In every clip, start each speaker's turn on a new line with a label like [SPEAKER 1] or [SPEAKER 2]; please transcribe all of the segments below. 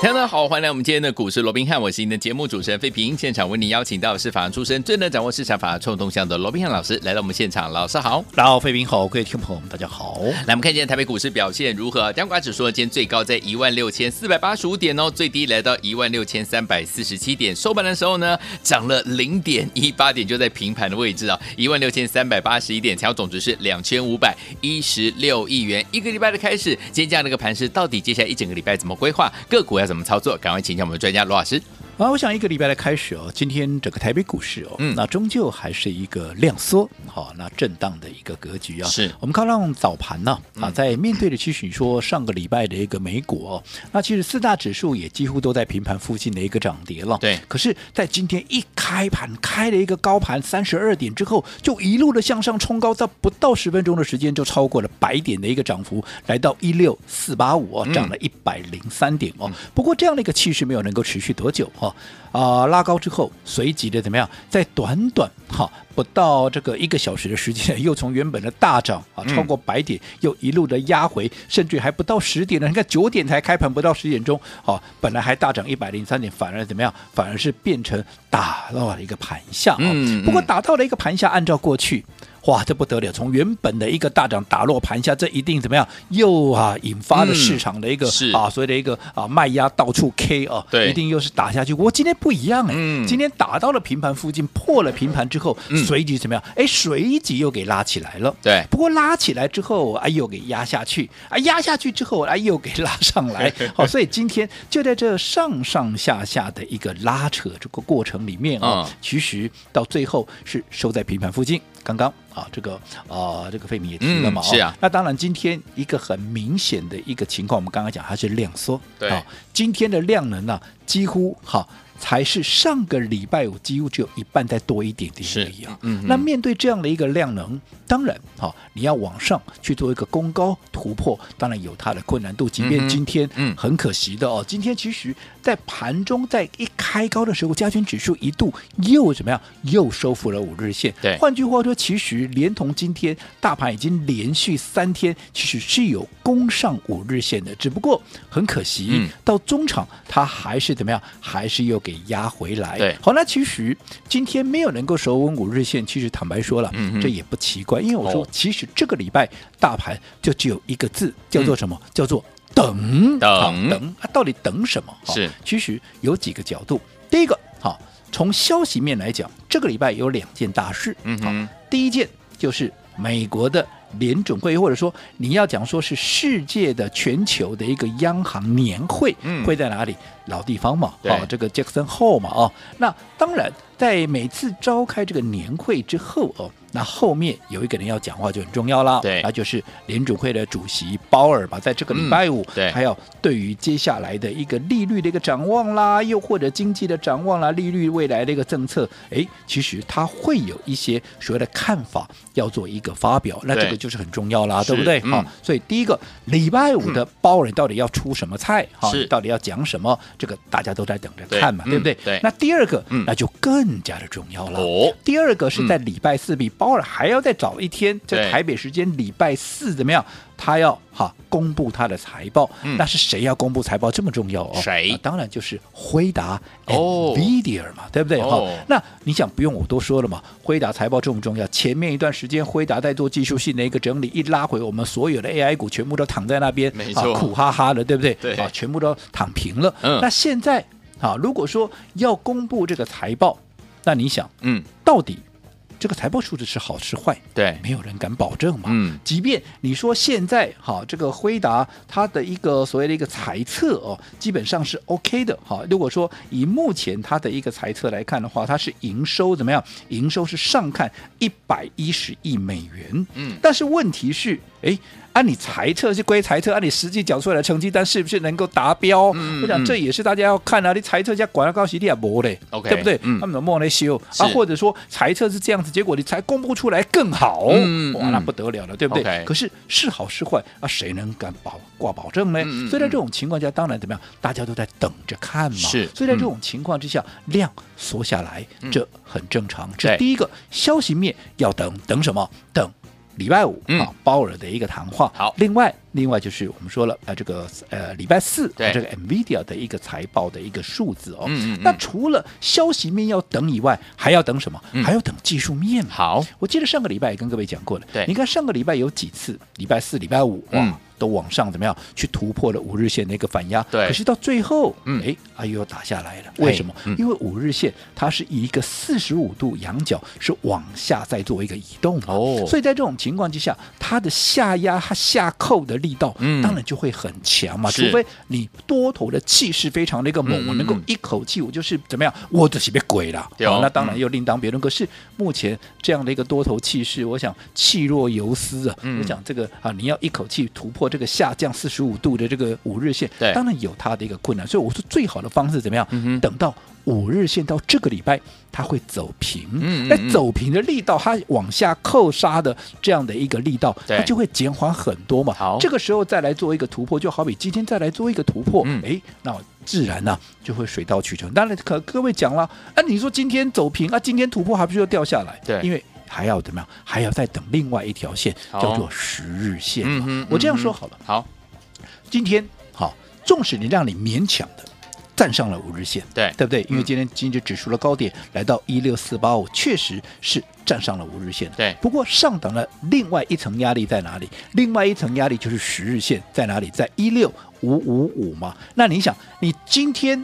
[SPEAKER 1] 大家好，欢迎来我们今天的股市罗宾汉，我是您的节目主持人费平。现场为您邀请到的是法案出身、最能掌握市场法案冲动向的罗宾汉老师来到我们现场，老师好。
[SPEAKER 2] 然后，费平好，各位听众朋友们，大家 好。
[SPEAKER 1] 来，我们看今天台北股市表现如何？啊加权指数呢今天最高在一万六千四百八十五点哦，最低来到一万六千三百四十七点，收盘的时候呢，涨了零点一八点，就在平盘的位置啊，一万六千三百八十一点，成交总值是两千五百一十六亿元。一个礼拜的开始，今天这样的一个盘势，到底接下来一整个礼拜怎么规划？个股要怎么操作？赶快请教我们的专家罗老师。
[SPEAKER 2] 啊，我想一个礼拜的开始哦，今天整个台北股市哦，
[SPEAKER 1] 嗯
[SPEAKER 2] 那终究还是一个量缩，好、那震荡的一个格局啊。
[SPEAKER 1] 是
[SPEAKER 2] 我们看到早盘呢、啊，在面对着其实你说上个礼拜的一个美股哦，那其实四大指数也几乎都在平盘附近的一个涨跌了。
[SPEAKER 1] 对
[SPEAKER 2] 可是，在今天一开盘开了一个高盘三十二点之后，就一路的向上冲高，到不到十分钟的时间就超过了百点的一个涨幅，来到一六四八五，哦涨了一百零三点哦。不过这样的一个气势没有能够持续多久哈、啊、拉高之后，随即的怎么样，在短短哈、不到这个一个小时的时间，又从原本的大涨啊
[SPEAKER 1] 嗯
[SPEAKER 2] 超过百点，又一路的压回，甚至还不到十点呢。你看九点才开盘，不到十点钟，哦，本来还大涨一百零三点，反而怎么样？反而是变成打到了一个盘下、哦。
[SPEAKER 1] 嗯嗯
[SPEAKER 2] 不过打到了一个盘下，按照过去。哇，这不得了！从原本的一个大涨打落盘下，这一定怎么样？又啊，引发了
[SPEAKER 1] 嗯
[SPEAKER 2] 市场的一个、
[SPEAKER 1] 是
[SPEAKER 2] 啊，所谓的一个啊卖压到处 K 啊，
[SPEAKER 1] 对
[SPEAKER 2] 一定又是打下去。我今天不一样哎、
[SPEAKER 1] 嗯
[SPEAKER 2] 今天打到了平盘附近，破了平盘之后，
[SPEAKER 1] 嗯
[SPEAKER 2] 随即怎么样？哎，随即又给拉起来了。
[SPEAKER 1] 对
[SPEAKER 2] 不过拉起来之后，哎呦给压下去，啊压下去之后，哎又给拉上 来，好、所以今天就在这上上下下的一个拉扯这个过程里面啊、
[SPEAKER 1] 嗯
[SPEAKER 2] 其实到最后是收在平盘附近。刚刚啊，这个啊、这个费米也提了嘛、
[SPEAKER 1] 嗯是啊
[SPEAKER 2] 哦那当然，今天一个很明显的一个情况，我们刚刚讲它是量缩，
[SPEAKER 1] 对
[SPEAKER 2] 啊今天的量能呢、几乎好。才是上个礼拜五几乎只有一半再多一点点
[SPEAKER 1] 是
[SPEAKER 2] 而已啊。
[SPEAKER 1] 嗯嗯
[SPEAKER 2] 那面对这样的一个量能，当然好、你要往上去做一个攻高突破，当然有它的困难度。
[SPEAKER 1] 嗯
[SPEAKER 2] 即
[SPEAKER 1] 哼
[SPEAKER 2] 便今天
[SPEAKER 1] 嗯
[SPEAKER 2] 很可惜的哦，今天其实在盘中在一开高的时候，加权指数一度又怎么样？又收复了五日线。
[SPEAKER 1] 对
[SPEAKER 2] 换句话说，其实连同今天大盘已经连续三天其实是有攻上五日线的，只不过很可惜，
[SPEAKER 1] 嗯
[SPEAKER 2] 到中场它还是怎么样？还是又给压回来。
[SPEAKER 1] 对
[SPEAKER 2] 好，那其实今天没有能够守稳五日线，其实坦白说了，
[SPEAKER 1] 嗯哼
[SPEAKER 2] 这也不奇怪，因为我说
[SPEAKER 1] 哦，
[SPEAKER 2] 其实这个礼拜大盘就只有一个字，叫
[SPEAKER 1] 嗯
[SPEAKER 2] 做什么？叫做等
[SPEAKER 1] 等
[SPEAKER 2] 好等啊，到底等什么？好
[SPEAKER 1] 是，
[SPEAKER 2] 其实有几个角度。第一个，好，从消息面来讲，这个礼拜有两件大事。
[SPEAKER 1] 嗯
[SPEAKER 2] 好
[SPEAKER 1] 哼，
[SPEAKER 2] 第一件就是美国的联准会，或者说你要讲说是世界的全球的一个央行年会，
[SPEAKER 1] 嗯
[SPEAKER 2] 会在哪里？老地方嘛，
[SPEAKER 1] 对
[SPEAKER 2] 哦，这个 Jackson Hole 嘛，哦，那当然，在每次召开这个年会之后，哦，那后面有一个人要讲话就很重要啦，
[SPEAKER 1] 对
[SPEAKER 2] 那就是联准会的主席鲍尔吧，在这个礼拜五，
[SPEAKER 1] 嗯对
[SPEAKER 2] 还有对于接下来的一个利率的一个展望啦，又或者经济的展望啦，利率未来的一个政策，哎，其实他会有一些所谓的看法要做一个发表，那
[SPEAKER 1] 对
[SPEAKER 2] 这个就是很重要啦，
[SPEAKER 1] 是
[SPEAKER 2] 对不对？
[SPEAKER 1] 嗯
[SPEAKER 2] 好、所以第一个礼拜五的包人到底要出什么菜？哈、
[SPEAKER 1] 是
[SPEAKER 2] 到底要讲什么？这个大家都在等着
[SPEAKER 1] 对
[SPEAKER 2] 看嘛，
[SPEAKER 1] 嗯
[SPEAKER 2] 对不对？
[SPEAKER 1] 对
[SPEAKER 2] 那第二个，
[SPEAKER 1] 嗯
[SPEAKER 2] 那就更加的重要了。
[SPEAKER 1] 哦，
[SPEAKER 2] 第二个是在礼拜四，比鲍尔还要再早一天，
[SPEAKER 1] 对
[SPEAKER 2] 在台北时间礼拜四怎么样？他要哈公布他的财报，
[SPEAKER 1] 嗯
[SPEAKER 2] 那是谁要公布财报这么重要哦？
[SPEAKER 1] 谁
[SPEAKER 2] 啊当然就是辉达
[SPEAKER 1] 哦
[SPEAKER 2] NVIDIA 嘛，对不对？
[SPEAKER 1] 哦
[SPEAKER 2] 好，那你想不用我多说了嘛？辉达财报重不重要？前面一段时间辉达在做技术性的一个整理，一拉回，我们所有的 AI 股全部都躺在那边，
[SPEAKER 1] 没
[SPEAKER 2] 啊
[SPEAKER 1] 错
[SPEAKER 2] 苦哈哈的，对不对？
[SPEAKER 1] 对
[SPEAKER 2] 啊，全部都躺平了。
[SPEAKER 1] 嗯
[SPEAKER 2] 那现在啊，如果说要公布这个财报，那你想？
[SPEAKER 1] 嗯，
[SPEAKER 2] 到底这个财报数字是好是坏，
[SPEAKER 1] 对，
[SPEAKER 2] 没有人敢保证嘛。
[SPEAKER 1] 嗯
[SPEAKER 2] 即便你说现在哈，这个辉达它的一个所谓的一个财测哦，基本上是 OK 的哈。如果说以目前它的一个财测来看的话，它是营收怎么样？营收是上看一百一十亿美元，
[SPEAKER 1] 嗯
[SPEAKER 2] 但是问题是，哎，按、你猜测是归猜测，啊按、你实际缴出来的成绩单是不是能够达标？
[SPEAKER 1] 嗯
[SPEAKER 2] 我想
[SPEAKER 1] 嗯
[SPEAKER 2] 这也是大家要看啊。你猜测一下广告席利亚博嘞
[SPEAKER 1] OK，
[SPEAKER 2] 对不对？
[SPEAKER 1] 嗯
[SPEAKER 2] 他们怎么往那修
[SPEAKER 1] 是
[SPEAKER 2] 啊？或者说猜测是这样子，结果你才公布出来更好，
[SPEAKER 1] 嗯嗯
[SPEAKER 2] 哇，那
[SPEAKER 1] 嗯
[SPEAKER 2] 不得了了，对不对
[SPEAKER 1] OK
[SPEAKER 2] 可是是好是坏啊，谁能敢保挂保证呢？
[SPEAKER 1] 嗯嗯
[SPEAKER 2] 所以在
[SPEAKER 1] 嗯
[SPEAKER 2] 这种情况下，当然怎么样，大家都在等着看嘛。
[SPEAKER 1] 是
[SPEAKER 2] 所以在
[SPEAKER 1] 嗯
[SPEAKER 2] 这种情况之下，量缩下来，这很正常。这
[SPEAKER 1] 对
[SPEAKER 2] 第一个消息面要等等什么？等。礼拜五、
[SPEAKER 1] 嗯
[SPEAKER 2] 啊，鲍尔的一个谈话。
[SPEAKER 1] 好
[SPEAKER 2] 另外，另外就是我们说了，呃，这个呃，礼拜四、
[SPEAKER 1] 对
[SPEAKER 2] 啊、这个 Nvidia 的一个财报的一个数字哦。
[SPEAKER 1] 嗯嗯嗯
[SPEAKER 2] 那除了消息面要等以外，还要等什么？
[SPEAKER 1] 嗯
[SPEAKER 2] 还要等技术面嘛。
[SPEAKER 1] 好，
[SPEAKER 2] 我记得上个礼拜也跟各位讲过了，
[SPEAKER 1] 对
[SPEAKER 2] 你看上个礼拜有几次，礼拜四、礼拜五，哇，
[SPEAKER 1] 嗯
[SPEAKER 2] 都往上怎么样去突破了五日线的一个反压，
[SPEAKER 1] 对
[SPEAKER 2] 可是到最后，
[SPEAKER 1] 嗯
[SPEAKER 2] 哎，啊又打下来了，
[SPEAKER 1] 哎
[SPEAKER 2] 为什么？
[SPEAKER 1] 嗯
[SPEAKER 2] 因为五日线它是以一个四十五度仰角是往下在做一个移动嘛
[SPEAKER 1] 哦
[SPEAKER 2] 所以在这种情况之下，它的下压、它下扣的力道，
[SPEAKER 1] 嗯
[SPEAKER 2] 当然就会很强嘛，除
[SPEAKER 1] 是
[SPEAKER 2] 非你多头的气势非常的一个猛，
[SPEAKER 1] 嗯
[SPEAKER 2] 我能够
[SPEAKER 1] 嗯嗯
[SPEAKER 2] 一口气，我就是怎么样，我就是被鬼了，
[SPEAKER 1] 对哦
[SPEAKER 2] 好那当然
[SPEAKER 1] 嗯
[SPEAKER 2] 又另当别论。可是目前这样的一个多头气势，我想气若游丝啊。
[SPEAKER 1] 嗯
[SPEAKER 2] 我想这个啊，你要一口气突破这个下降四十五度的这个五日线
[SPEAKER 1] 对，
[SPEAKER 2] 当然有它的一个困难。所以我说最好的方式怎么样？
[SPEAKER 1] 嗯哼
[SPEAKER 2] 等到五日线到这个礼拜，它会走平。
[SPEAKER 1] 嗯嗯
[SPEAKER 2] 那
[SPEAKER 1] 嗯
[SPEAKER 2] 走平的力道，它往下扣杀的这样的一个力道，
[SPEAKER 1] 对
[SPEAKER 2] 它就会减缓很多嘛。
[SPEAKER 1] 好
[SPEAKER 2] 这个时候再来做一个突破，就好比今天再来做一个突破，
[SPEAKER 1] 嗯
[SPEAKER 2] 哎、那自然呢、就会水到渠成。当然可，各位讲了，啊，你说今天走平啊，今天突破还不是又掉下来？
[SPEAKER 1] 对
[SPEAKER 2] 因为还要怎么样？还要再等另外一条线，
[SPEAKER 1] 好
[SPEAKER 2] 叫做十日线嘛。
[SPEAKER 1] 嗯哼
[SPEAKER 2] 我这
[SPEAKER 1] 嗯
[SPEAKER 2] 样
[SPEAKER 1] 哼
[SPEAKER 2] 说好了，
[SPEAKER 1] 好，
[SPEAKER 2] 今天好，纵使你让你勉强的站上了五日线，
[SPEAKER 1] 对
[SPEAKER 2] 对不对？因为今天今日指数的高点来到一六四八五，确实是站上了五日线的。
[SPEAKER 1] 对
[SPEAKER 2] 不过上档的另外一层压力在哪里？另外一层压力就是十日线在哪里？在一六五五五嘛。那你想，你今天。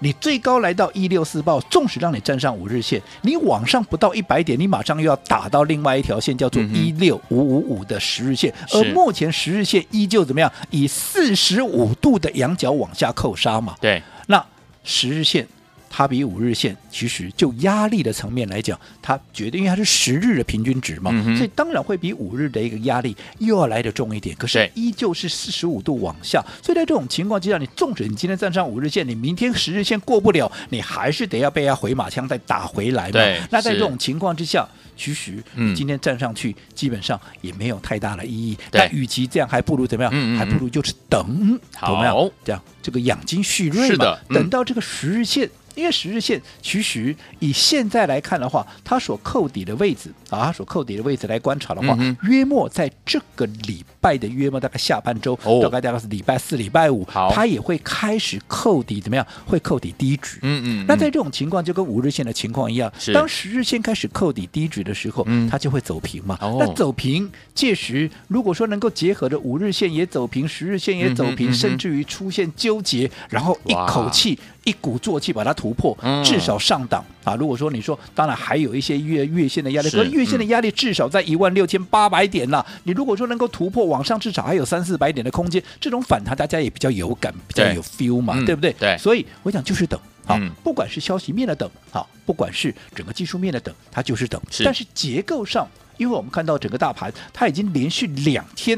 [SPEAKER 2] 你最高来到一六四八，纵使让你站上五日线，你往上不到一百点，你马上又要打到另外一条线，叫做
[SPEAKER 1] 嗯
[SPEAKER 2] 一
[SPEAKER 1] 哼
[SPEAKER 2] 六五五五的十日线，
[SPEAKER 1] 是
[SPEAKER 2] 而目前十日线依旧怎么样？以四十五度的仰角往下扣杀嘛。
[SPEAKER 1] 对，
[SPEAKER 2] 那十日线它比五日线，其实就压力的层面来讲，它绝对因为它是十日的平均值嘛，
[SPEAKER 1] 嗯哼
[SPEAKER 2] 所以当然会比五日的一个压力又要来得重一点。可是
[SPEAKER 1] 对
[SPEAKER 2] 依旧是四十五度往下，所以在这种情况之下，你纵使你今天站上五日线，你明天十日线过不了，你还是得要被它回马枪再打回来嘛
[SPEAKER 1] 对。
[SPEAKER 2] 那在
[SPEAKER 1] 是
[SPEAKER 2] 这种情况之下，其实
[SPEAKER 1] 嗯
[SPEAKER 2] 你今天站上去，基本上也没有太大的意义。
[SPEAKER 1] 对
[SPEAKER 2] 那与其这样，还不如怎么样？
[SPEAKER 1] 嗯嗯嗯
[SPEAKER 2] 还不如就是等，
[SPEAKER 1] 好
[SPEAKER 2] 怎么样？这样这个养精蓄锐嘛。
[SPEAKER 1] 是的嗯
[SPEAKER 2] 等到这个十日线。因为十日线其实以现在来看的话，它所扣底的位置啊，它所扣底的位置来观察的话，
[SPEAKER 1] 嗯
[SPEAKER 2] 约莫在这个礼拜的约莫大概下半周，
[SPEAKER 1] 哦
[SPEAKER 2] 大概大概是礼拜四、礼拜五
[SPEAKER 1] 好，
[SPEAKER 2] 它也会开始扣底，怎么样？会扣底低值。
[SPEAKER 1] 嗯嗯，
[SPEAKER 2] 那在这种情况，就跟五日线的情况一样
[SPEAKER 1] 是，
[SPEAKER 2] 当十日线开始扣底低值的时候，
[SPEAKER 1] 嗯
[SPEAKER 2] 它就会走平嘛。
[SPEAKER 1] 哦
[SPEAKER 2] 那走平，届时如果说能够结合着五日线也走平，十日线也走
[SPEAKER 1] 嗯哼嗯
[SPEAKER 2] 平，
[SPEAKER 1] 哼
[SPEAKER 2] 甚至于出现纠结，然后一
[SPEAKER 1] 哇
[SPEAKER 2] 口气一鼓作气把它突破
[SPEAKER 1] 嗯，
[SPEAKER 2] 至少上档啊。如果说你说，当然还有一些月月线的压力，
[SPEAKER 1] 是
[SPEAKER 2] 可是月线的压力至少在一万六千八百点啦。你如果说能够突破往上，至少还有三四百点的空间，这种反弹大家也比较有感，比较
[SPEAKER 1] 对
[SPEAKER 2] 有 feel 嘛
[SPEAKER 1] 嗯，
[SPEAKER 2] 对不对？
[SPEAKER 1] 对
[SPEAKER 2] 所以我想就是等。好
[SPEAKER 1] 嗯，
[SPEAKER 2] 不管是消息面的等，好，不管是整个技术面的等，它就是等。
[SPEAKER 1] 是
[SPEAKER 2] 但是结构上，因为我们看到整个大盘，它已经连续两天，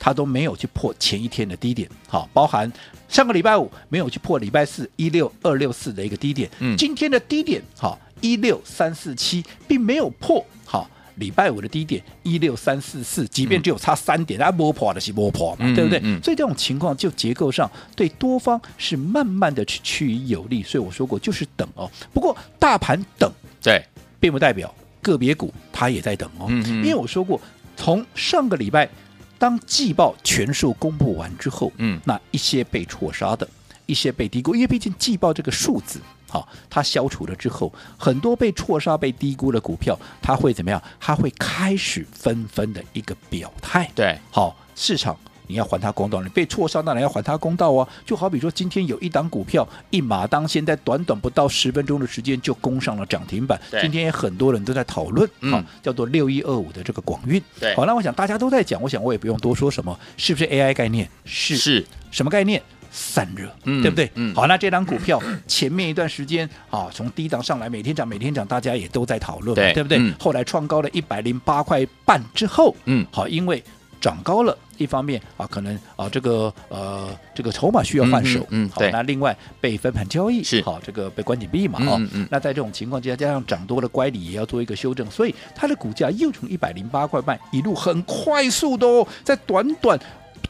[SPEAKER 2] 它都没有去破前一天的低点。好，包含上个礼拜五没有去破礼拜四一六二六四的一个低点，
[SPEAKER 1] 嗯
[SPEAKER 2] 今天的低点好一六三四七并没有破，好。礼拜五的低点一六三四四，即便只有差三点，它摸破的是摸破嘛，
[SPEAKER 1] 嗯
[SPEAKER 2] 对不对？
[SPEAKER 1] 嗯嗯
[SPEAKER 2] 所以这种情况就结构上对多方是慢慢的去趋于有利，所以我说过就是等哦。不过大盘等
[SPEAKER 1] 对，
[SPEAKER 2] 并不代表个别股它也在等哦，
[SPEAKER 1] 嗯嗯
[SPEAKER 2] 因为我说过，从上个礼拜当季报全数公布完之后，
[SPEAKER 1] 嗯
[SPEAKER 2] 那一些被错杀的，一些被低估，因为毕竟季报这个数字。好，它消除了之后，很多被错杀、被低估的股票，它会怎么样？它会开始纷纷的一个表态。
[SPEAKER 1] 对，
[SPEAKER 2] 好，市场你要还他公道，你被错杀，当然要还他公道啊。就好比说，今天有一档股票一马当先，在短短不到十分钟的时间就攻上了涨停板
[SPEAKER 1] 对。
[SPEAKER 2] 今天也很多人都在讨论，
[SPEAKER 1] 嗯
[SPEAKER 2] 好叫做六一二五的这个广运。
[SPEAKER 1] 对
[SPEAKER 2] 好，那我想大家都在讲，我想我也不用多说什么，是不是 AI 概念？是
[SPEAKER 1] 是
[SPEAKER 2] 什么概念？散热，
[SPEAKER 1] 嗯
[SPEAKER 2] 对不对？
[SPEAKER 1] 嗯
[SPEAKER 2] 好，那这张股票前面一段时间啊，从低档上来，每天涨，每天涨，大家也都在讨论嘛，
[SPEAKER 1] 对
[SPEAKER 2] 对不对？
[SPEAKER 1] 嗯
[SPEAKER 2] 后来创高了一百零八块半之后，
[SPEAKER 1] 嗯
[SPEAKER 2] 好，因为涨高了，一方面啊，可能啊这个呃这个筹码需要换手，
[SPEAKER 1] 嗯嗯嗯
[SPEAKER 2] 好
[SPEAKER 1] 对，
[SPEAKER 2] 那另外被分盘交易
[SPEAKER 1] 是
[SPEAKER 2] 好，这个被关紧闭嘛，
[SPEAKER 1] 嗯
[SPEAKER 2] 哦，
[SPEAKER 1] 嗯嗯
[SPEAKER 2] 那在这种情况之下，加上涨多了乖离也要做一个修正，所以它的股价又从一百零八块半一路很快速的哦，在短短。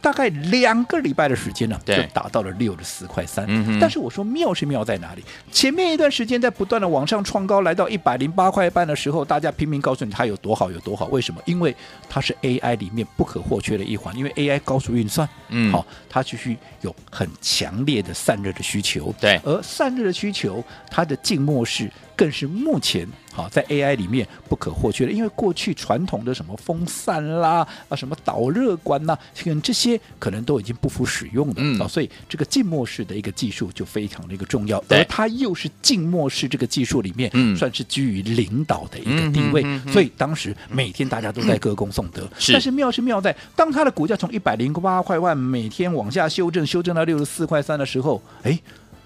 [SPEAKER 2] 大概两个礼拜的时间呢、
[SPEAKER 1] 对
[SPEAKER 2] 就达到了六十四块三、
[SPEAKER 1] 嗯哼
[SPEAKER 2] 但是我说妙是妙在哪里？前面一段时间在不断的往上创高，来到一百零八块半的时候，大家拼命告诉你它有多好有多好。为什么？因为它是 AI 里面不可或缺的一环，因为 AI 高速运算，
[SPEAKER 1] 嗯
[SPEAKER 2] 好、它必须有很强烈的散热的需求。
[SPEAKER 1] 对
[SPEAKER 2] 而散热的需求，它的静默式更是目前好、在 AI 里面不可或缺的，因为过去传统的什么风扇啦啊什么导热管呐、跟这些可能都已经不敷使用了、
[SPEAKER 1] 嗯
[SPEAKER 2] 啊，所以这个静默式的一个技术就非常的一个重要，
[SPEAKER 1] 对
[SPEAKER 2] 而它又是静默式这个技术里面、
[SPEAKER 1] 嗯
[SPEAKER 2] 算是居于领导的一个地
[SPEAKER 1] 嗯
[SPEAKER 2] 位，
[SPEAKER 1] 哼嗯哼嗯
[SPEAKER 2] 所以当时每天大家都在歌功颂德，
[SPEAKER 1] 是
[SPEAKER 2] 但是妙是妙在，当它的股价从一百零八块万每天往下修正，修正到六十四块三的时候，哎，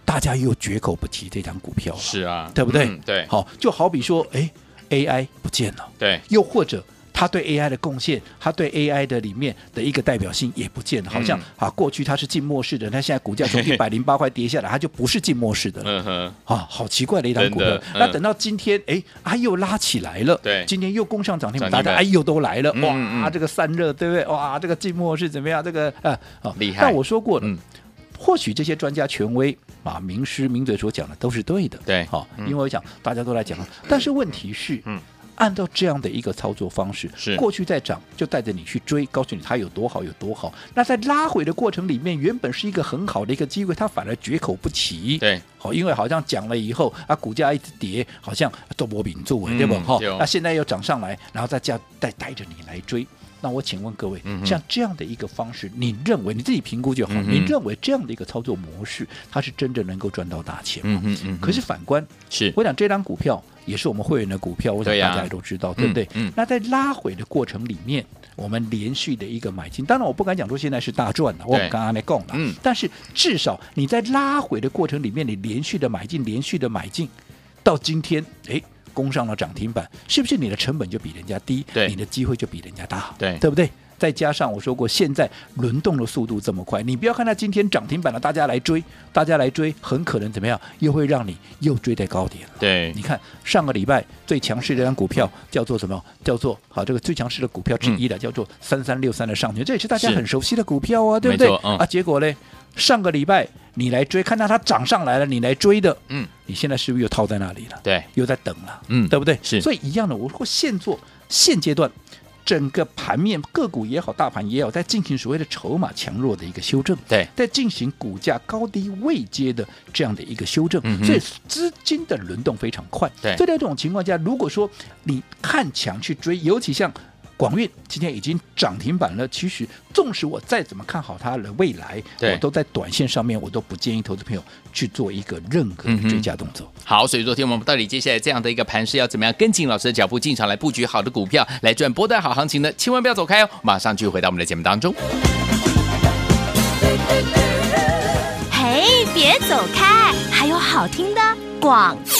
[SPEAKER 2] 大家又绝口不提这张股票了，
[SPEAKER 1] 是啊，
[SPEAKER 2] 对不对？
[SPEAKER 1] 嗯对，
[SPEAKER 2] 好，就好比说，哎，AI 不见了，
[SPEAKER 1] 对，
[SPEAKER 2] 又或者。它对 AI 的贡献，它对 AI 的里面的一个代表性也不见了，好像、
[SPEAKER 1] 嗯
[SPEAKER 2] 啊，过去它是静默式的，它现在股 价从一百零八块跌下来，它就不是静默式的了。
[SPEAKER 1] 嗯哼，
[SPEAKER 2] 啊，好奇怪的一档股
[SPEAKER 1] 真
[SPEAKER 2] 票
[SPEAKER 1] 的。
[SPEAKER 2] 那
[SPEAKER 1] 嗯
[SPEAKER 2] 等到今天，哎，啊又拉起来了，
[SPEAKER 1] 对
[SPEAKER 2] 今天又攻上涨停板，
[SPEAKER 1] 涨
[SPEAKER 2] 大
[SPEAKER 1] 停板
[SPEAKER 2] 家哎又都来了，
[SPEAKER 1] 嗯嗯
[SPEAKER 2] 哇，
[SPEAKER 1] 嗯
[SPEAKER 2] 这个散热对不对？哇，这个静默是怎么样？这个啊，啊
[SPEAKER 1] 厉害
[SPEAKER 2] 但我说过了
[SPEAKER 1] 嗯，
[SPEAKER 2] 或许这些专家权威啊、名师名嘴所讲的都是对的，
[SPEAKER 1] 对
[SPEAKER 2] 好，因为我想大家都来讲了，但是问题是，
[SPEAKER 1] 嗯。
[SPEAKER 2] 按照这样的一个操作方式，
[SPEAKER 1] 是
[SPEAKER 2] 过去在涨就带着你去追，告诉你它有多好有多好。那在拉回的过程里面，原本是一个很好的一个机会，它反而绝口不提。
[SPEAKER 1] 对，
[SPEAKER 2] 好，因为好像讲了以后啊，股价一直跌，好像都波饼作为，对不？
[SPEAKER 1] 嗯
[SPEAKER 2] 哈、
[SPEAKER 1] 对哦
[SPEAKER 2] 那现在又涨上来，然后再加再带着你来追。那我请问各位，
[SPEAKER 1] 嗯哼
[SPEAKER 2] 像这样的一个方式，你认为你自己评估就好、
[SPEAKER 1] 嗯哼
[SPEAKER 2] 你认为这样的一个操作模式，它是真正能够赚到大钱吗？
[SPEAKER 1] 嗯哼嗯哼，
[SPEAKER 2] 可是反观，
[SPEAKER 1] 是
[SPEAKER 2] 我想这张股票也是我们会员的股票，我想
[SPEAKER 1] 对呀
[SPEAKER 2] 大家也都知道，对,、不对、
[SPEAKER 1] 嗯嗯
[SPEAKER 2] 那在拉回的过程里面，我们连续的一个买进，当然我不敢讲说现在是大赚了，我们刚刚来讲了，
[SPEAKER 1] 嗯
[SPEAKER 2] 但是至少你在拉回的过程里面，你连续的买进，连续的买进，到今天，哎。攻上了涨停板，是不是你的成本就比人家低？
[SPEAKER 1] 对
[SPEAKER 2] 你的机会就比人家大，
[SPEAKER 1] 对
[SPEAKER 2] 对不对？再加上我说过，现在轮动的速度这么快，你不要看它今天涨停板了，大家来追，大家来追，很可能怎么样，又会让你又追在高点了。
[SPEAKER 1] 对
[SPEAKER 2] 你，看上个礼拜最强势的一张股票叫做什么？叫做好这个最强势的股票之一的、叫做三三六三的上权，这也是大
[SPEAKER 1] 嗯
[SPEAKER 2] 家
[SPEAKER 1] 是
[SPEAKER 2] 很熟悉的股票啊，对不对
[SPEAKER 1] 没错？嗯
[SPEAKER 2] 啊，结果嘞，上个礼拜你来追，看到它涨上来了，你来追的，
[SPEAKER 1] 嗯，
[SPEAKER 2] 你现在是不是又套在那里了？
[SPEAKER 1] 对，
[SPEAKER 2] 又在等了，
[SPEAKER 1] 嗯
[SPEAKER 2] 对不对？
[SPEAKER 1] 是
[SPEAKER 2] 所以一样的，我说现做现阶段。整个盘面个股也好，大盘也好，在进行所谓的筹码强弱的一个修正，
[SPEAKER 1] 对
[SPEAKER 2] 在进行股价高低位阶的这样的一个修正，
[SPEAKER 1] 嗯哼
[SPEAKER 2] 所以资金的轮动非常快。
[SPEAKER 1] 对
[SPEAKER 2] 所以在这种情况下，如果说你看强去追，尤其像。广运今天已经涨停板了，其实纵使我再怎么看好它的未来，
[SPEAKER 1] 对
[SPEAKER 2] 我都在短线上面我都不建议投资朋友去做一个任何
[SPEAKER 1] 嗯
[SPEAKER 2] 的
[SPEAKER 1] 哼
[SPEAKER 2] 追加动作。
[SPEAKER 1] 好，所以昨天我们到底接下来这样的一个盘势要怎么样跟紧老师的脚步进场来布局好的股票，来赚波段好行情呢？千万不要走开哦，马上就回到我们的节目当中。
[SPEAKER 3] 嘿，别走开，还有好听的广告。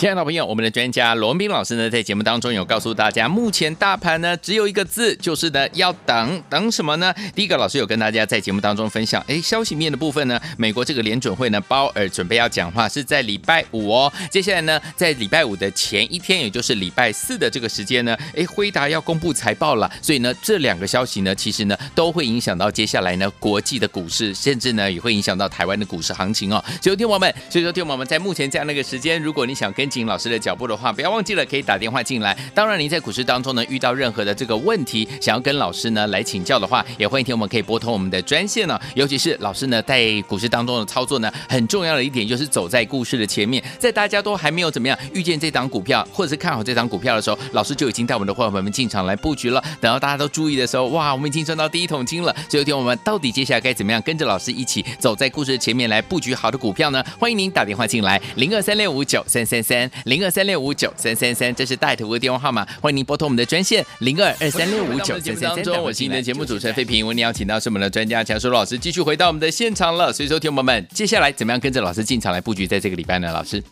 [SPEAKER 1] 亲爱的朋友，我们的专家罗文斌老师呢，在节目当中有告诉大家，目前大盘呢只有一个字，就是呢要等，等什么呢？第一个，老师有跟大家在节目当中分享，哎，消息面的部分呢，美国这个联准会呢，鲍尔准备要讲话，是在礼拜五哦。接下来呢，在礼拜五的前一天，也就是礼拜四的这个时间呢，哎，辉达要公布财报了，所以呢，这两个消息呢，其实呢都会影响到接下来呢国际的股市，甚至呢也会影响到台湾的股市行情哦。所以，听我们，所以说，听我们在目前这样的一个时间，如果你想跟紧老师的脚步的话，不要忘记了可以打电话进来。当然，您在股市当中呢遇到任何的这个问题，想要跟老师呢来请教的话，也欢迎听我们可以拨通我们的专线呢、尤其是老师呢在股市当中的操作呢，很重要的一点就是走在故事的前面，在大家都还没有怎么样遇见这档股票，或者是看好这档股票的时候，老师就已经带我们的伙伴们进场来布局了。等到大家都注意的时候，哇，我们已经赚到第一桶金了。所以，听我们到底接下来该怎么样跟着老师一起走在故事的前面来布局好的股票呢？欢迎您打电话进来，零二三六五九三三三，零二三六五九三三三，这是带头的电话号码，欢迎您拨通我们的专线零二二三六五九三三三。我是您的节目主持人费平，为您邀请到是我们的专家强叔老师继续回到我们的现场了。所以，说，听我们，接下来怎么样跟着老师进场来布局在这个礼拜呢？老师，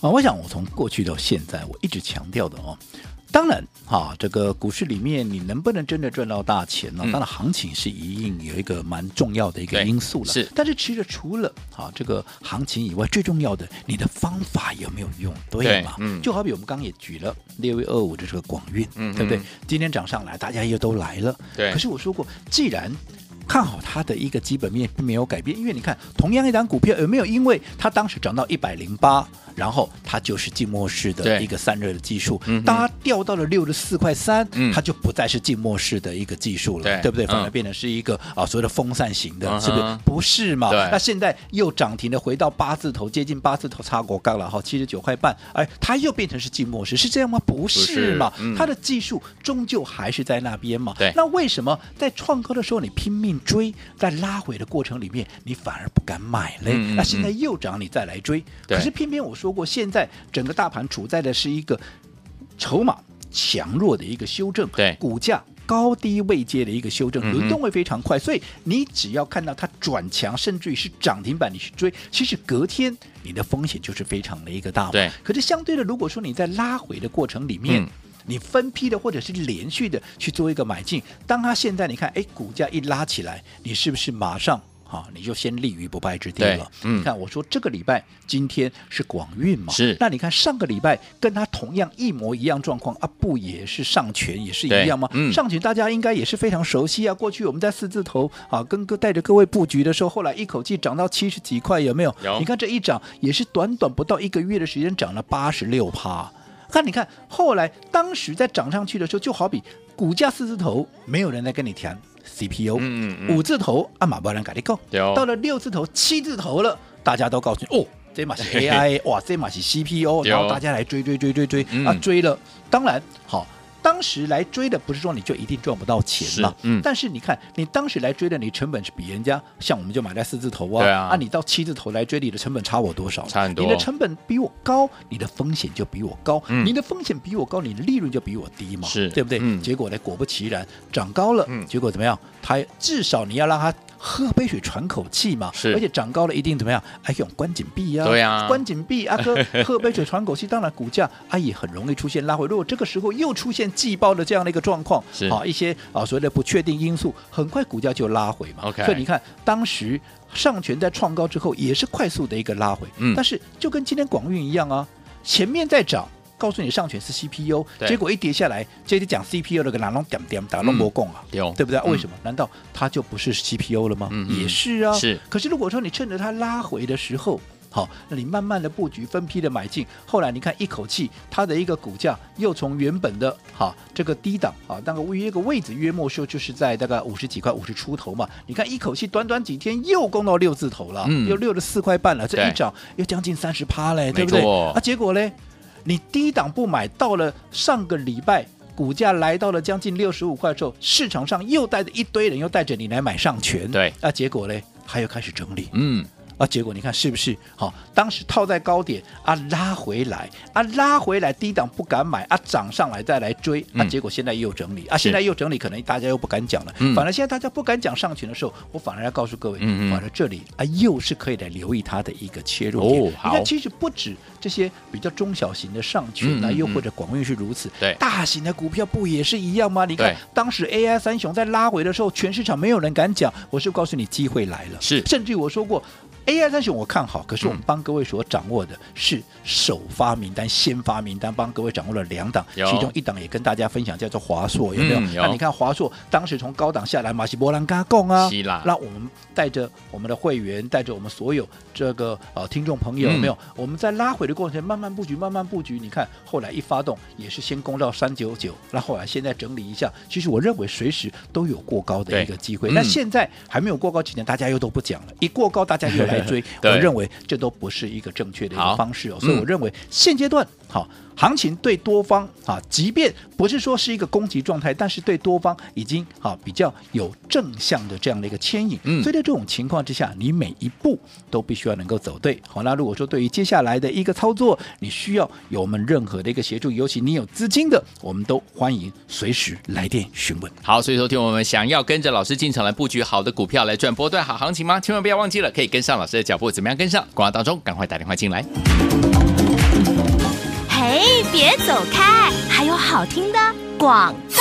[SPEAKER 2] 啊，我想我从过去到现在，我一直强调的哦，当然，哈、这个股市里面你能不能真的赚到大钱呢、
[SPEAKER 1] 嗯
[SPEAKER 2] 当然，行情是一定有一个蛮重要的一个
[SPEAKER 1] 对
[SPEAKER 2] 因素了。
[SPEAKER 1] 是
[SPEAKER 2] 但是其实除了啊这个行情以外，最重要的你的方法有没有用，
[SPEAKER 1] 对
[SPEAKER 2] 对吗？
[SPEAKER 1] 嗯
[SPEAKER 2] 就好比我们刚刚也举了六月二五的这个广运，
[SPEAKER 1] 嗯
[SPEAKER 2] 对不对
[SPEAKER 1] 嗯？
[SPEAKER 2] 今天涨上来，大家又都来了。
[SPEAKER 1] 对
[SPEAKER 2] 可是我说过，既然看好它的一个基本面没有改变，因为你看，同样一档股票有没有因为它当时涨到一百零八，然后它就是静默式的
[SPEAKER 1] 对
[SPEAKER 2] 一个散热的技术
[SPEAKER 1] 嗯哼，
[SPEAKER 2] 当它掉到了六十四块三
[SPEAKER 1] 嗯，
[SPEAKER 2] 它就不再是静默式的一个技术了，
[SPEAKER 1] 对
[SPEAKER 2] 不
[SPEAKER 1] 嗯
[SPEAKER 2] 对？反而变成是一个啊所谓的风扇型的，
[SPEAKER 1] 嗯哼
[SPEAKER 2] 是不是？不是嘛
[SPEAKER 1] 对？
[SPEAKER 2] 那现在又涨停的，回到八字头，接近八字头插果杠了哈，七十九块半，哎，它又变成是静默式，是这样吗？不是嘛？
[SPEAKER 1] 不是嗯
[SPEAKER 2] 它的技术终究还是在那边嘛。
[SPEAKER 1] 对
[SPEAKER 2] 那为什么在创高的时候你拼命追，在拉回的过程里面你反而不敢买嘞？
[SPEAKER 1] 嗯嗯
[SPEAKER 2] 那现在又涨，你再来追，
[SPEAKER 1] 对
[SPEAKER 2] 可是偏偏我说过，现在整个大盘处在的是一个筹码强弱的一个修正，
[SPEAKER 1] 对
[SPEAKER 2] 股价。高低位阶的一个修正，
[SPEAKER 1] 嗯哼
[SPEAKER 2] 轮动会非常快，所以你只要看到它转强，甚至于是涨停板，你去追，其实隔天你的风险就是非常的一个大嘛。
[SPEAKER 1] 对
[SPEAKER 2] 可是相对的，如果说你在拉回的过程里面，
[SPEAKER 1] 嗯
[SPEAKER 2] 你分批的或者是连续的去做一个买进，当它现在你看，哎，股价一拉起来，你是不是马上？啊，你就先立于不败之地
[SPEAKER 1] 对
[SPEAKER 2] 了。
[SPEAKER 1] 嗯
[SPEAKER 2] 你看我说这个礼拜今天是广运嘛，
[SPEAKER 1] 是
[SPEAKER 2] 那你看上个礼拜跟它同样一模一样状况啊，不也是上权也是
[SPEAKER 1] 对
[SPEAKER 2] 一样吗？
[SPEAKER 1] 嗯
[SPEAKER 2] 上权大家应该也是非常熟悉啊。过去我们在四字头啊，跟各带着各位布局的时候，后来一口气涨到七十几块，有没有？
[SPEAKER 1] 有
[SPEAKER 2] 你看这一涨也是短短不到一个月的时间，涨了八十六趴。那你看后来当时在涨上去的时候，就好比股价四字头，没有人来跟你谈 CPU，
[SPEAKER 1] 嗯嗯嗯
[SPEAKER 2] 五字头啊，马不人赶你够，
[SPEAKER 1] 对哦
[SPEAKER 2] 到了六字头、七字头了，大家都告诉你哦。这嘛是 AI，哇，这嘛是 CPU，
[SPEAKER 1] 对哦
[SPEAKER 2] 然后大家来追追追追追、
[SPEAKER 1] 嗯
[SPEAKER 2] 啊，追了。当然，好，当时来追的不是说你就一定赚不到钱嘛
[SPEAKER 1] 是，嗯
[SPEAKER 2] 但是你看，你当时来追的，你成本是比人家，像我们就买在四字头啊，
[SPEAKER 1] 对啊
[SPEAKER 2] 你到七字头来追，你的成本差我多少？
[SPEAKER 1] 差很多
[SPEAKER 2] 你的成本比我高，你的风险就比我高，
[SPEAKER 1] 嗯
[SPEAKER 2] 你的风险比我高，你的利润就比我低嘛，
[SPEAKER 1] 是
[SPEAKER 2] 对不对？
[SPEAKER 1] 嗯
[SPEAKER 2] 结果呢，果不其然，涨高了，
[SPEAKER 1] 嗯
[SPEAKER 2] 结果怎么样？它至少你要让它。喝杯水喘口气嘛，
[SPEAKER 1] 是
[SPEAKER 2] 而且涨高了一定怎么样？哎呦，关紧闭呀、
[SPEAKER 1] 对啊
[SPEAKER 2] 关紧闭，阿哥喝杯水喘口气，当然股价啊也很容易出现拉回。如果这个时候又出现季报的这样的一个状况，
[SPEAKER 1] 是
[SPEAKER 2] 啊一些啊所谓的不确定因素，很快股价就拉回嘛。
[SPEAKER 1] OK
[SPEAKER 2] 所以你看当时上权在创高之后也是快速的一个拉回，
[SPEAKER 1] 嗯
[SPEAKER 2] 但是就跟今天广运一样啊，前面在涨。告诉你上权是 CPU，
[SPEAKER 1] 对
[SPEAKER 2] 结果一跌下来，接着讲 CPU 那个哪弄点点打弄魔供啊，
[SPEAKER 1] 有
[SPEAKER 2] 对不对？
[SPEAKER 1] 嗯
[SPEAKER 2] 为什么？难道它就不是 CPU 了吗？
[SPEAKER 1] 嗯嗯
[SPEAKER 2] 也是啊。
[SPEAKER 1] 是。
[SPEAKER 2] 可是如果说你趁着它拉回的时候，好，那你慢慢的布局，分批的买进，后来你看一口气，它的一个股价又从原本的哈这个低档啊，那个约个位置约莫说就是在大概五十几块、五十出头嘛，你看一口气短短几天又攻到六字头了，
[SPEAKER 1] 嗯
[SPEAKER 2] 又六十四块半了，这
[SPEAKER 1] 对
[SPEAKER 2] 一涨又将近三十趴嘞，
[SPEAKER 1] 没
[SPEAKER 2] 对不对？
[SPEAKER 1] 错
[SPEAKER 2] 啊，结果嘞，你低档不买，到了上个礼拜。股价来到了将近六十五块之后，市场上又带着一堆人，又带着你来买上权。
[SPEAKER 1] 对
[SPEAKER 2] 啊，结果嘞，还有开始整理
[SPEAKER 1] 嗯，
[SPEAKER 2] 啊，结果你看是不是？好、当时套在高点啊，拉回来啊，拉回来，低档不敢买啊，涨上来再来追啊，
[SPEAKER 1] 嗯
[SPEAKER 2] 结果现在又整理啊，
[SPEAKER 1] 是
[SPEAKER 2] 现在又整理，可能大家又不敢讲了。
[SPEAKER 1] 嗯
[SPEAKER 2] 反而现在大家不敢讲上群的时候，我反而要告诉各位，
[SPEAKER 1] 嗯嗯
[SPEAKER 2] 反而这里啊，又是可以来留意它的一个切入点。
[SPEAKER 1] 哦
[SPEAKER 2] 你
[SPEAKER 1] 好
[SPEAKER 2] 看，其实不止这些比较中小型的上群
[SPEAKER 1] 嗯
[SPEAKER 2] 啊，
[SPEAKER 1] 嗯嗯嗯
[SPEAKER 2] 又或者广运是如此，
[SPEAKER 1] 对
[SPEAKER 2] 大型的股票不也是一样吗？你看
[SPEAKER 1] 对
[SPEAKER 2] 当时 AI 三雄在拉回的时候，全市场没有人敢讲，我是不是告诉你机会来了。
[SPEAKER 1] 是
[SPEAKER 2] 甚至于我说过。AI 三雄我看好，可是我们
[SPEAKER 1] 嗯
[SPEAKER 2] 帮各位所掌握的是首发名单、先发名单，帮各位掌握了两档，其
[SPEAKER 1] 有
[SPEAKER 2] 中一档也跟大家分享叫做华硕，有没有？
[SPEAKER 1] 嗯有
[SPEAKER 2] 那你看华硕当时从高档下来，马西波兰嘎贡啊
[SPEAKER 1] 希腊，
[SPEAKER 2] 那我们带着我们的会员，带着我们所有这个呃听众朋友，
[SPEAKER 1] 嗯
[SPEAKER 2] 有没有？我们在拉回的过程，慢慢布局，慢慢布局。你看后来一发动，也是先攻到三九九，那后来现在整理一下，其实我认为随时都有过高的
[SPEAKER 1] 对
[SPEAKER 2] 一个机会。
[SPEAKER 1] 嗯
[SPEAKER 2] 那现在还没有过高之前，大家又都不讲了，一过高大家又
[SPEAKER 1] ，
[SPEAKER 2] 来追
[SPEAKER 1] 对
[SPEAKER 2] 我认为这都不是一个正确的一
[SPEAKER 1] 好
[SPEAKER 2] 个方式哦。
[SPEAKER 1] 嗯
[SPEAKER 2] 所以我认为现阶段好。行情对多方啊，即便不是说是一个攻击状态，但是对多方已经啊比较有正向的这样的一个牵引。
[SPEAKER 1] 嗯
[SPEAKER 2] 所以在这种情况之下，你每一步都必须要能够走对。好，那如果说对于接下来的一个操作，你需要有我们任何的一个协助，尤其你有资金的，我们都欢迎随时来电询问。
[SPEAKER 1] 好，所以说听我们想要跟着老师进场来布局好的股票，来赚波段好行情吗？千万不要忘记了，可以跟上老师的脚步，怎么样跟上？广告当中赶快打电话进来。
[SPEAKER 3] 嘿，嘿，别走开，还有好听的广告。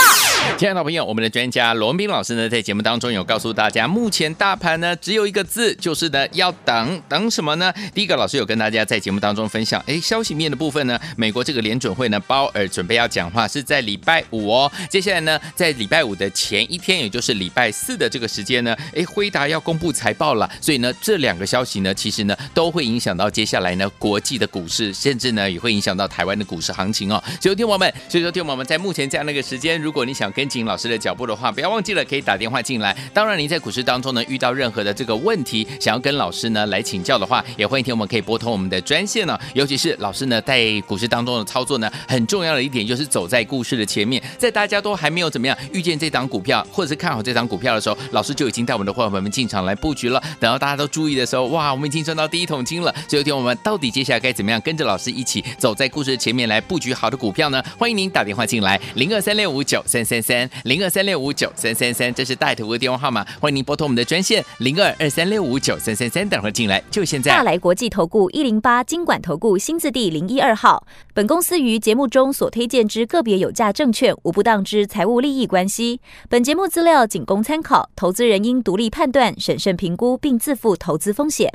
[SPEAKER 1] 亲爱的朋友，我们的专家罗文斌老师呢，在节目当中有告诉大家，目前大盘呢只有一个字，就是呢要等等什么呢？第一个，老师有跟大家在节目当中分享，哎，消息面的部分呢，美国这个联准会呢，鲍尔准备要讲话，是在礼拜五哦。接下来呢，在礼拜五的前一天，也就是礼拜四的这个时间呢，哎，辉达要公布财报了，所以呢，这两个消息呢，其实呢都会影响到接下来呢国际的股市，甚至呢也会影响到台湾的股市行情哦。所以，听众朋友们，所以说，听众朋友们在目前这样的一个时间，如果你想跟紧老师的脚步的话，不要忘记了可以打电话进来。当然，您在股市当中呢遇到任何的这个问题，想要跟老师呢来请教的话，也欢迎听我们可以拨通我们的专线呢、尤其是老师呢在股市当中的操作呢，很重要的一点就是走在故事的前面，在大家都还没有怎么样遇见这档股票，或者是看好这档股票的时候，老师就已经带我们的伙伴们进场来布局了。等到大家都注意的时候，哇，我们已经赚到第一桶金了。所以，听我们到底接下来该怎么样跟着老师一起走在故事的前面来布局好的股票呢？欢迎您打电话进来，零二三六五九三三三，零二三六五九三三三，这是带头的电话号码，欢迎您拨通我们的专线零二二三六五九三三三，等会儿进来就现在
[SPEAKER 4] 大。来国际投顾一零八金管投顾新字第零一二号。本公司于节目中所推荐之个别有价证券，无不当之财务利益关系。本节目资料仅供参考，投资人应独立判断、审慎评估，并自负投资风险。